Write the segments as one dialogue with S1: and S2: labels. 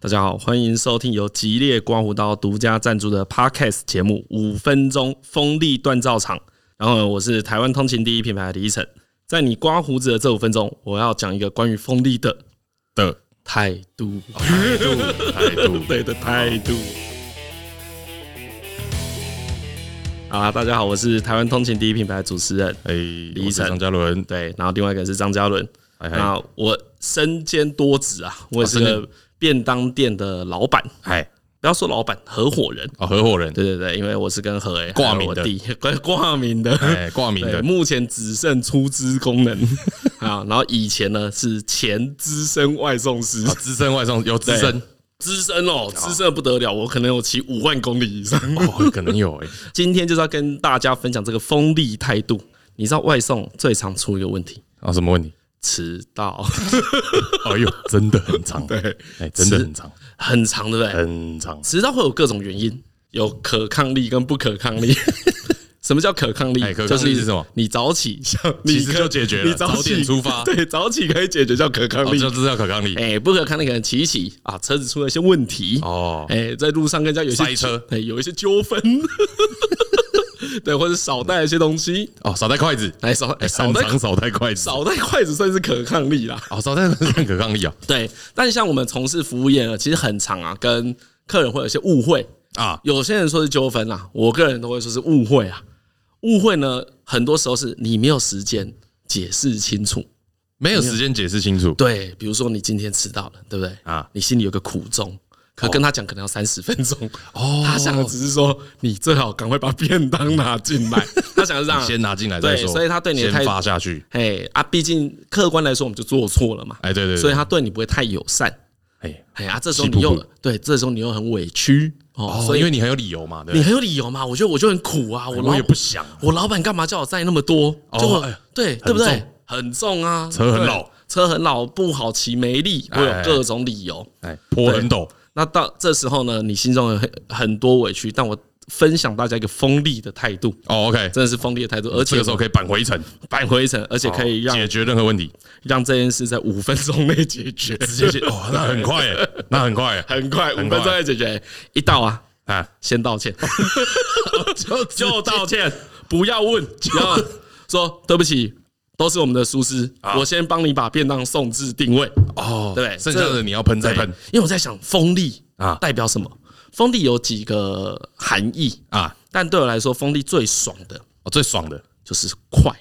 S1: 大家好，欢迎收听由吉列刮胡刀独家赞助的 Podcast 节目《五分钟锋利锻造厂》。然后呢，我是台湾通勤第一品牌的李依晨。在你刮胡子的这五分钟，我要讲一个关于锋利的
S2: 的
S1: 态度，
S2: 态度，态度，
S1: 对的态度。好啦，大家好，我是台湾通勤第一品牌的主持人。
S2: 哎，
S1: 李
S2: 李
S1: 晨
S2: 张嘉伦，
S1: 对，然后另外一个是张嘉伦。
S2: 嗨嗨
S1: 那我身兼多职啊，我也是
S2: 哦身
S1: 个便当店的老板，
S2: 嗨，
S1: 不要说老板，合伙人。
S2: 哦，合伙人，
S1: 对对对，因为我是跟何诶
S2: 挂名的
S1: 的， 挂挂名的，
S2: 哎，挂名
S1: 对，
S2: 的，
S1: 目前只剩出资功能 啊。然后以前呢是前资深外送师
S2: 啊，资深外送有资深，
S1: 资深哦，资深的不得了，我可能有骑五万公里以上。
S2: 哦，可能有哎，
S1: 今天就是要跟大家分享这个锋利态度。你知道外送最常出一个问题，
S2: 啊，什么问题？
S1: 迟到，
S2: 哎呦，真的很长，对，哎，真的很长，
S1: 很长，对不对？
S2: 很长，哦
S1: 迟到会有各种原因，有可抗力跟不可抗力。 什么叫可抗力？
S2: 哎可
S1: 就
S2: 抗力是什么
S1: 你早起，像
S2: 其
S1: 你
S2: 实
S1: 可
S2: 就解决了
S1: 你早
S2: 早点
S1: 起
S2: 出 发
S1: 对，早起可以解决叫可抗
S2: 哦，
S1: 力。
S2: 就知道可抗力，
S1: 哎、不可抗力可能骑一骑啊，车子出了一些问题，
S2: 哦，
S1: 哎、在路上跟人家有一些
S2: 塞车
S1: 哎、有一些纠纷， 对，或者少带一些东西，
S2: 哦，少带筷子，
S1: 哎，少哎
S2: 哎，
S1: 少
S2: 擅
S1: 带
S2: 长少带筷子，
S1: 少带筷子算是可抗力啦。
S2: 哦，少带筷子算可抗力啊，
S1: 对，但像我们从事服务业呢，其实很常啊，跟客人会有一些误会，
S2: 啊，
S1: 有些人说是纠纷啊，我个人都会说是误会啊。误会呢，很多时候是你没有时间解释清楚。
S2: 没有时间解释清楚，
S1: 对，比如说你今天迟到了，对不对？
S2: 啊哦
S1: 你心里有个苦衷，可跟他讲可能要三十分钟。哦，他想的只是说你最好赶快把便当拿进 来。他想的是这样啊，
S2: 先拿进来再
S1: 对
S2: 说，
S1: 所以他对你的态
S2: 先发下去，
S1: 哎啊，毕竟客观来说我们就做错了嘛，
S2: 哎，对对，对
S1: 所以他对你不会太友善。
S2: 哎，
S1: 哎啊，这时候
S2: 气
S1: 你
S2: 噗
S1: 又
S2: 噗
S1: 对，这时候你又很委屈哦，
S2: 哦，
S1: 所
S2: 因
S1: 以
S2: 为你很有理由嘛，对不
S1: 你
S2: 对，
S1: 很有理由嘛。我觉得我就很苦啊，我
S2: 我
S1: 老
S2: 也不想，
S1: 我老板干嘛叫我载那么多？
S2: 哦
S1: 就我
S2: 哎呀
S1: 对对不对
S2: 重？
S1: 很重啊，
S2: 车很老
S1: 对，车很老，不好骑，没力，我有
S2: 哎
S1: 各种理由。
S2: 哎，坡很陡，
S1: 那到这时候呢，你心中有很很多委屈，但我分享大家一个锋利的态度，
S2: 哦，OK，
S1: 真的是锋利的态度，而
S2: 这
S1: 且
S2: 个时候可以扳回一城，
S1: 扳回一城，而且可以让
S2: 解决任何问题，
S1: 让这件事在五分钟内解决，
S2: 直 接解哦，那很快耶，那很快耶，
S1: 很快，五
S2: 很
S1: 分
S2: 快
S1: 钟内解决。一到啊，
S2: 啊，
S1: 先道歉，
S2: 就
S1: 就道歉，不要问，然后说对不起，都是我们的疏失，
S2: 啊
S1: 我先帮你把便当送至定位。
S2: 哦，
S1: 对
S2: 剩下的你要喷再
S1: 对
S2: 喷，
S1: 因为我在想锋利啊
S2: 啊
S1: 代表什么？锋利有几个含义，
S2: 啊，
S1: 但对我来说，锋利最爽的
S2: 哦，最爽的
S1: 就是快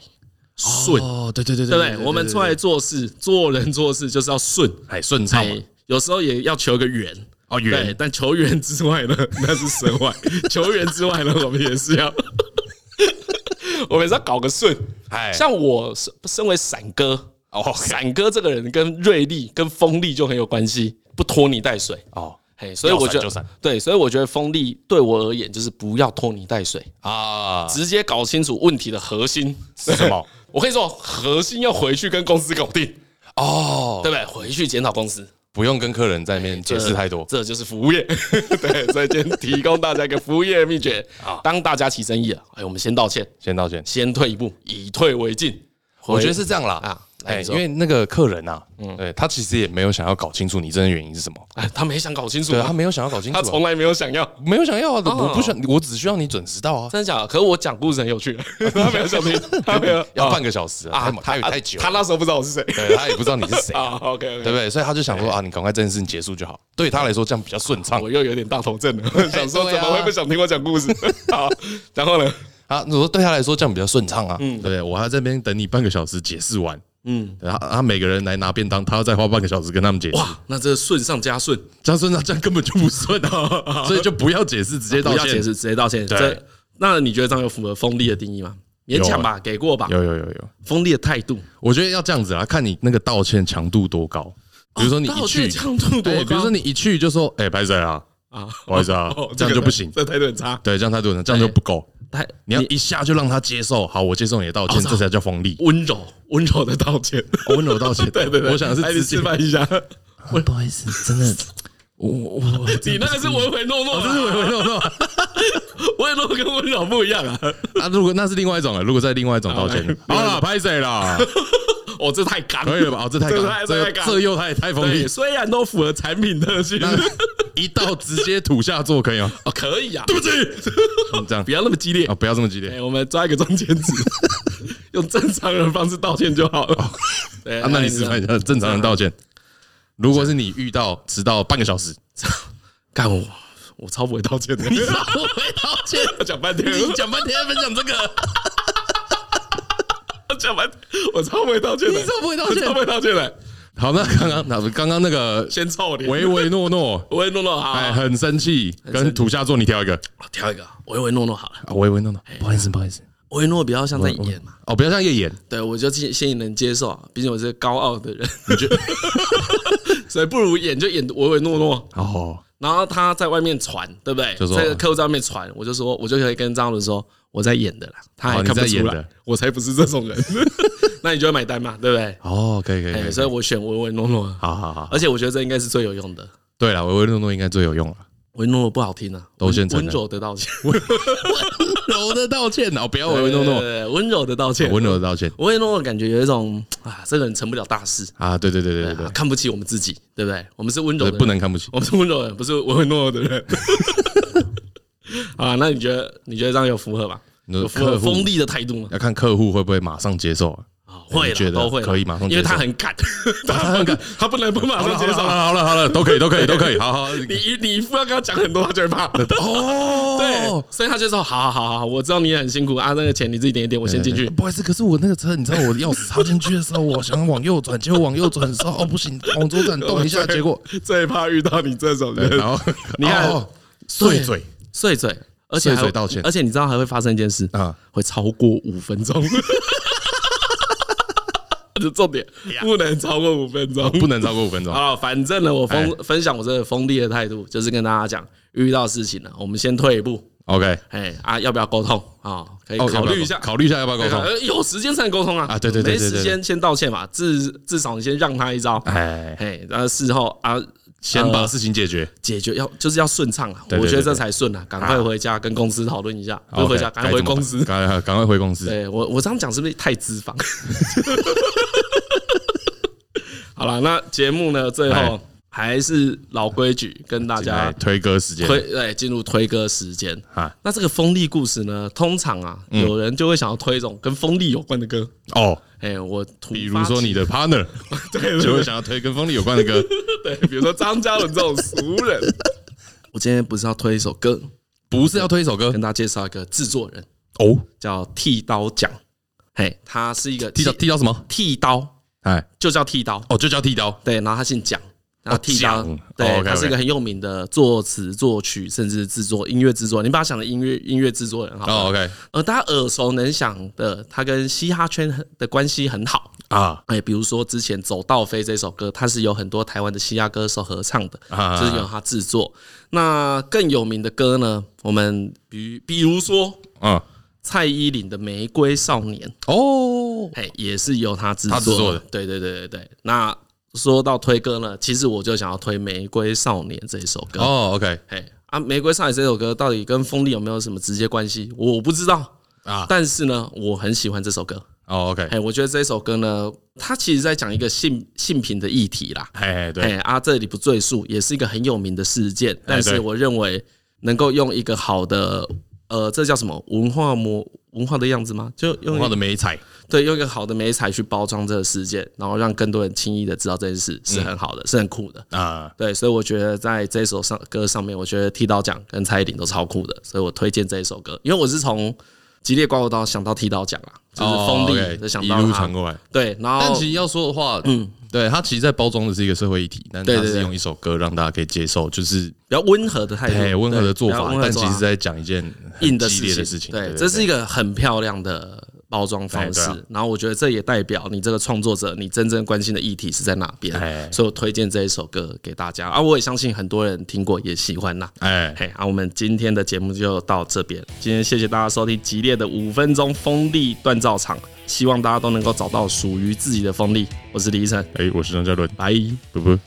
S1: 顺，
S2: 哦，对对对
S1: 对不对？我们出来做事、做人、做事就是要顺，
S2: 哎顺畅嘛
S1: 哎，有时候也要求个圆。
S2: 哦
S1: 对，
S2: 圆
S1: 但球员之外呢，那是神外；球员之外呢，我们也是要， 我们也是要搞个顺。
S2: 哎
S1: 像我身身为闪哥，哦，闪哥这个人跟锐利、跟锋利就很有关系，不拖泥带水。
S2: 哦
S1: 嘿，所以我觉
S2: 要闪就
S1: 得
S2: 闪
S1: 对，所以我觉得锋利对我而言就是不要拖泥带水，
S2: 啊
S1: 直接搞清楚问题的核心
S2: 是什么？
S1: 我跟你说，核心要回去跟公司搞定，
S2: 哦，
S1: 对不对？回去检讨公司，
S2: 不用跟客人在面解释太多
S1: 这就是服务业。 对，所以今天提供大家一个服务业的秘诀啊，当大家起争议了，哎，我们先道歉，
S2: 先道歉。
S1: 先退一步，以退为进。
S2: 我觉得是这样啦，
S1: 啊
S2: 啊，
S1: 来
S2: 哎，
S1: 你
S2: 因
S1: 说
S2: 为那个客人啊，对他其实也没有想要搞清楚你真的原因是什么，
S1: 哎，他没想搞清楚
S2: 对
S1: 啊，
S2: 他没有想要搞清
S1: 他
S2: 楚啊，
S1: 从来没有想要。
S2: 没有想要啊，我不想，我只需要你准时到啊，
S1: 真的假的？可是我讲故事很有 趣， 他没有想听，他没有
S2: 要半
S1: 个
S2: 个小时啊，太太太久了
S1: 他，那时候不知道我是谁
S2: 对他也不知道你是 谁，
S1: 啊。OK，
S2: 对不对？所以他就想说啊，你赶快这件事情结束就好。对他来说，这样比较顺畅
S1: 我又有点大头症 了，想说
S2: 对
S1: 怎
S2: 啊
S1: 么会不想听我讲故事？ 好，然后呢？
S2: 啊。我说对他来说，这样比较顺畅啊，
S1: 嗯
S2: 对不对？我还要在那边等你半个小时解释完，嗯，然后他每个人来拿便当，他要再花半个小时跟他们解释，
S1: 哇，那这顺上加顺，
S2: 这样顺畅，这样根本就不顺 啊，所以就不要解释，直接道
S1: 啊不要解
S2: 歉。
S1: 释，直接道歉。
S2: 对
S1: 这那你觉得这样有符合锋利的定义吗？勉强吧，给过吧。
S2: 有有有有，
S1: 锋利的态度，
S2: 我觉得要这样子啊，看你那个道歉强度多高。比如说你一
S1: 哦道
S2: 去
S1: 歉，强度多
S2: 对，
S1: 高？
S2: 比如说你一去就说，哎，白水啊，
S1: 啊，
S2: 不好意思啊
S1: 哦，
S2: 这样就不行，
S1: 这个这态度很差。
S2: 对，这样态度呢，这样就不够。
S1: 太
S2: 你要一下就让他接受，好，我接受你的道
S1: 哦
S2: 歉，
S1: 是啊
S2: 这才叫锋利。
S1: 温柔温柔的道歉，
S2: 温柔 道歉。
S1: 对对对，
S2: 我想的是
S1: 来你
S2: 直接
S1: 示。 范一下，
S2: 哦不好意思，真的， 我我我
S1: 你那个是唯唯诺诺啊，
S2: 没有 没有
S1: 唯唯诺诺跟温柔不一样啊。
S2: 啊！如果那是另外一种了，如果再另外一种道歉，好了，拍谁啦？
S1: 哦，这太刚，
S2: 可以了吧？哦，这太
S1: 这
S2: 高
S1: 太，
S2: 这
S1: 太
S2: 又
S1: 高
S2: 这又太太锋
S1: 对，
S2: 利，
S1: 虽然都符合产品特性，
S2: 那一道直接土下座可以吗？
S1: 哦，可以啊，
S2: 对不起，嗯这样
S1: 不要那么激烈
S2: 啊，。不要这么激烈
S1: 哎，我们抓一个中间值， 用正常人的方式道歉就好了。对
S2: 啊！那你示范一下， 正常人道歉。如果是你遇到迟到半个小时，
S1: 干我，我超不会道歉的。你
S2: 我会道歉。
S1: 讲半天，
S2: 你讲半天在分享这 个，
S1: 我讲半天，我超不会道歉的。
S2: 你怎么不会道歉
S1: 我超不会道歉的。
S2: 好，那刚刚那刚刚那 个
S1: 先臭脸，
S2: 唯唯诺诺，
S1: 唯唯诺诺好，啊
S2: 哎，很生气，跟土下座你挑一个
S1: 我挑一个唯唯诺诺好了。
S2: 啊，唯唯诺诺，不好意思，不好意思，
S1: 唯唯诺诺比较像在演嘛，
S2: 哦，不要像夜演，
S1: 对我就先先能接受啊，毕竟我是个高傲的人，
S2: 你觉得？
S1: 所以不如演就演唯唯诺诺。
S2: 哦，
S1: 然后他在外面传，对不对？
S2: 就说
S1: 在客户在外面传，我就说，我就可以跟张伦说我在演的啦，他还
S2: 哦你
S1: 看不
S2: 在演
S1: 出来
S2: 的，
S1: 我才不是这 种人。那你就会买单嘛，对不对？
S2: 哦，可以可以
S1: 哎、
S2: 可以，
S1: 所以我选唯唯诺诺，
S2: 好好好，呃
S1: 而且我觉得这应该是最有用的。
S2: 对了，唯唯诺诺应该最 有用了，
S1: 唯诺诺不好听啊，
S2: 都
S1: 温
S2: 先承认
S1: 温柔的道 歉，
S2: 柔的道歉哦，不要唯唯诺诺，
S1: 对，对对温柔的道歉，
S2: 温柔的道歉
S1: 唯唯诺诺感觉有一种啊，这个人成不了大事，
S2: 啊，对对对对
S1: 啊
S2: 对
S1: 看不起我们自己，对不对？我们是温柔
S2: 对，
S1: 的，
S2: 不，能看不起。
S1: 我们是温柔的人，不是唯唯诺诺的人。 啊，那你觉得你觉得这样有符合吗？
S2: 你说
S1: 有符合
S2: 客户
S1: 锋利的态度吗？
S2: 要看客户会不会马上接受啊。
S1: 啊会
S2: 你觉
S1: 啦，
S2: 得
S1: 都会啦
S2: 可以马上接
S1: 因
S2: 受
S1: 为他很 赶，他很赶，他不能不马
S2: 好了
S1: 上
S2: 好
S1: 接
S2: 了好
S1: 受。
S2: 了好了好了，都可以都可以都可以，好好。
S1: 你一你一副要跟他讲很多，他就会怕。
S2: 哦，
S1: 对，所以他就说：“好好好好好，我知道你也很辛苦啊，那个钱你自己点一点，我先进去。
S2: 不好意思，可是我那个车，你知道我的钥匙插进去的时候，我想往右转，结果往右转的时候，哦不行，往左转动 一下，结果
S1: 最怕遇到你这种人，
S2: 然后
S1: 你看
S2: 哦碎嘴
S1: 碎嘴，而且还
S2: 碎嘴道歉
S1: 而且你知道还会发生一件事
S2: 啊，
S1: 会超过五分 钟。这重点
S2: 哎
S1: 不能超过五分钟，
S2: 哦不能超过五分钟。
S1: 啊，反正呢，我分
S2: 哎
S1: 分享我这个锋利的态度，就是跟大家讲，遇到事情了，啊我们先退一步，
S2: OK，
S1: 哎啊，要不要沟通啊？可以
S2: 哦
S1: 考虑一下，
S2: 考虑一下要不要沟通。
S1: 呃，有时间才能沟通啊！
S2: 啊对对对对对
S1: 没时间先道歉嘛，至至少你先让他一招，
S2: 哎，
S1: 哎，然后事后啊，
S2: 先把
S1: 呃
S2: 事情解决，
S1: 解决要就是要顺畅啊，
S2: 对对
S1: 我觉得
S2: 对
S1: 这
S2: 对
S1: 才顺啊，赶快回家跟公司讨论一下，不是回家，
S2: 哦 OK，
S1: 赶快回
S2: 该怎么
S1: 公
S2: 办
S1: 司。
S2: 赶赶快回公司。
S1: 对我我这样讲是不是太资方？ 好了，那节目呢，最后
S2: 哎
S1: 还是老规矩，跟大
S2: 来
S1: 家
S2: 推歌时间
S1: 推对进入推歌时间。
S2: 啊，
S1: 那这个风力故事呢，通常啊，有人就会想要推一种跟风力有关的歌。
S2: 哦，
S1: 哎，我突
S2: 比
S1: 发
S2: 如
S1: 奇
S2: 说你的 partner
S1: 对
S2: 就
S1: 对
S2: 会想要推跟风力有关的歌，
S1: 对，比如说张嘉伦这种俗人。 我今天不是要推一首歌，
S2: 不是要推一首 歌
S1: 跟大家介绍一个制作人，
S2: 哦，
S1: 叫剃刀奖。嘿，他是一个
S2: 剃刀剃刀什么？
S1: 剃刀，
S2: 哎，
S1: 就叫剃刀。
S2: 哦，就叫剃刀。
S1: 对，然后他姓蒋，然后剃刀
S2: 哦蒋，哦
S1: 对，
S2: ，OK，OK
S1: 他是一个很有名的作词、作曲，甚至制作音乐制作人。你把他想的音乐音乐制作人哈，
S2: 哦，OK
S1: 呃，大家耳熟能详的，他跟嘻哈圈很的关系很好。
S2: 啊，
S1: 哎，比如说之前《走到飞》这首歌，它是有很多台湾的嘻哈歌手合唱的，
S2: 啊
S1: 就是由他制作。那更有名的歌呢，我们比比如说
S2: 嗯，
S1: 蔡依林的《玫瑰少年》，
S2: 哦，
S1: 哎，也是由他制
S2: 他制
S1: 作
S2: 作
S1: 的
S2: 的。
S1: 对对对对对。那说到推歌呢，其实我就想要推《玫瑰少年》这首歌。
S2: 哦，OK
S1: 哎啊，《玫瑰少年》这首歌到底跟风力有没有什么直接关系？我不知道。
S2: 啊，
S1: 但是呢，我很喜欢这首歌。
S2: 哦，OK，
S1: 哎，我觉得这首歌呢，它其实在讲一个性性平的议题啦。
S2: 哎，对，哎
S1: 哎啊，这里不赘述，也是一个很有名的事件，但是
S2: 对
S1: 我认为能够用一个好的呃，这叫什么文化模文化的样子吗？就用
S2: 文
S1: 一
S2: 化的美彩，
S1: 对用一个好的美彩去包装这个事件，然后让更多人轻易的知道这件事是很好的，是很酷的。
S2: 啊，
S1: 对，所以我觉得在这首上歌上面，我觉得剃刀奖跟蔡依林都超酷的，所以我推荐这一首歌，因为我是从激烈刮胡刀想到剃刀奖啊，就是
S2: 哦
S1: 锋利
S2: ，OK，
S1: 的想
S2: 一
S1: 到
S2: 路
S1: 它
S2: 传过来。
S1: 对，然后
S2: 但其实要说的话，嗯，对，它其实在包装的是一个社会议题，但
S1: 对
S2: 它
S1: 对对
S2: 是用一首歌让大家可以接受，就是
S1: 比较温和的态度，
S2: 哎温和
S1: 对
S2: 的做
S1: 比较
S2: 法
S1: 温，和
S2: 但
S1: 做
S2: 其实
S1: 法
S2: 在讲一件很
S1: 硬的
S2: 激烈的事情，
S1: 对，
S2: 对，
S1: 这是一个很漂亮的包装方式
S2: 哎对啊。
S1: 然后我觉得这也代表你这个创作者，你真正关心的议题是在哪边。
S2: 哎
S1: 所以我推荐这一首歌给大家啊，我也相信很多人听过也喜欢呐。
S2: 哎，
S1: 嘿，啊，我们今天的节目就到这边。今天谢谢大家收听激烈的五分钟风力锻造场，希望大家都能够找到属于自己的风力。我是李依晨，
S2: 哎，我是张嘉伦，
S1: 拜。
S2: 不不。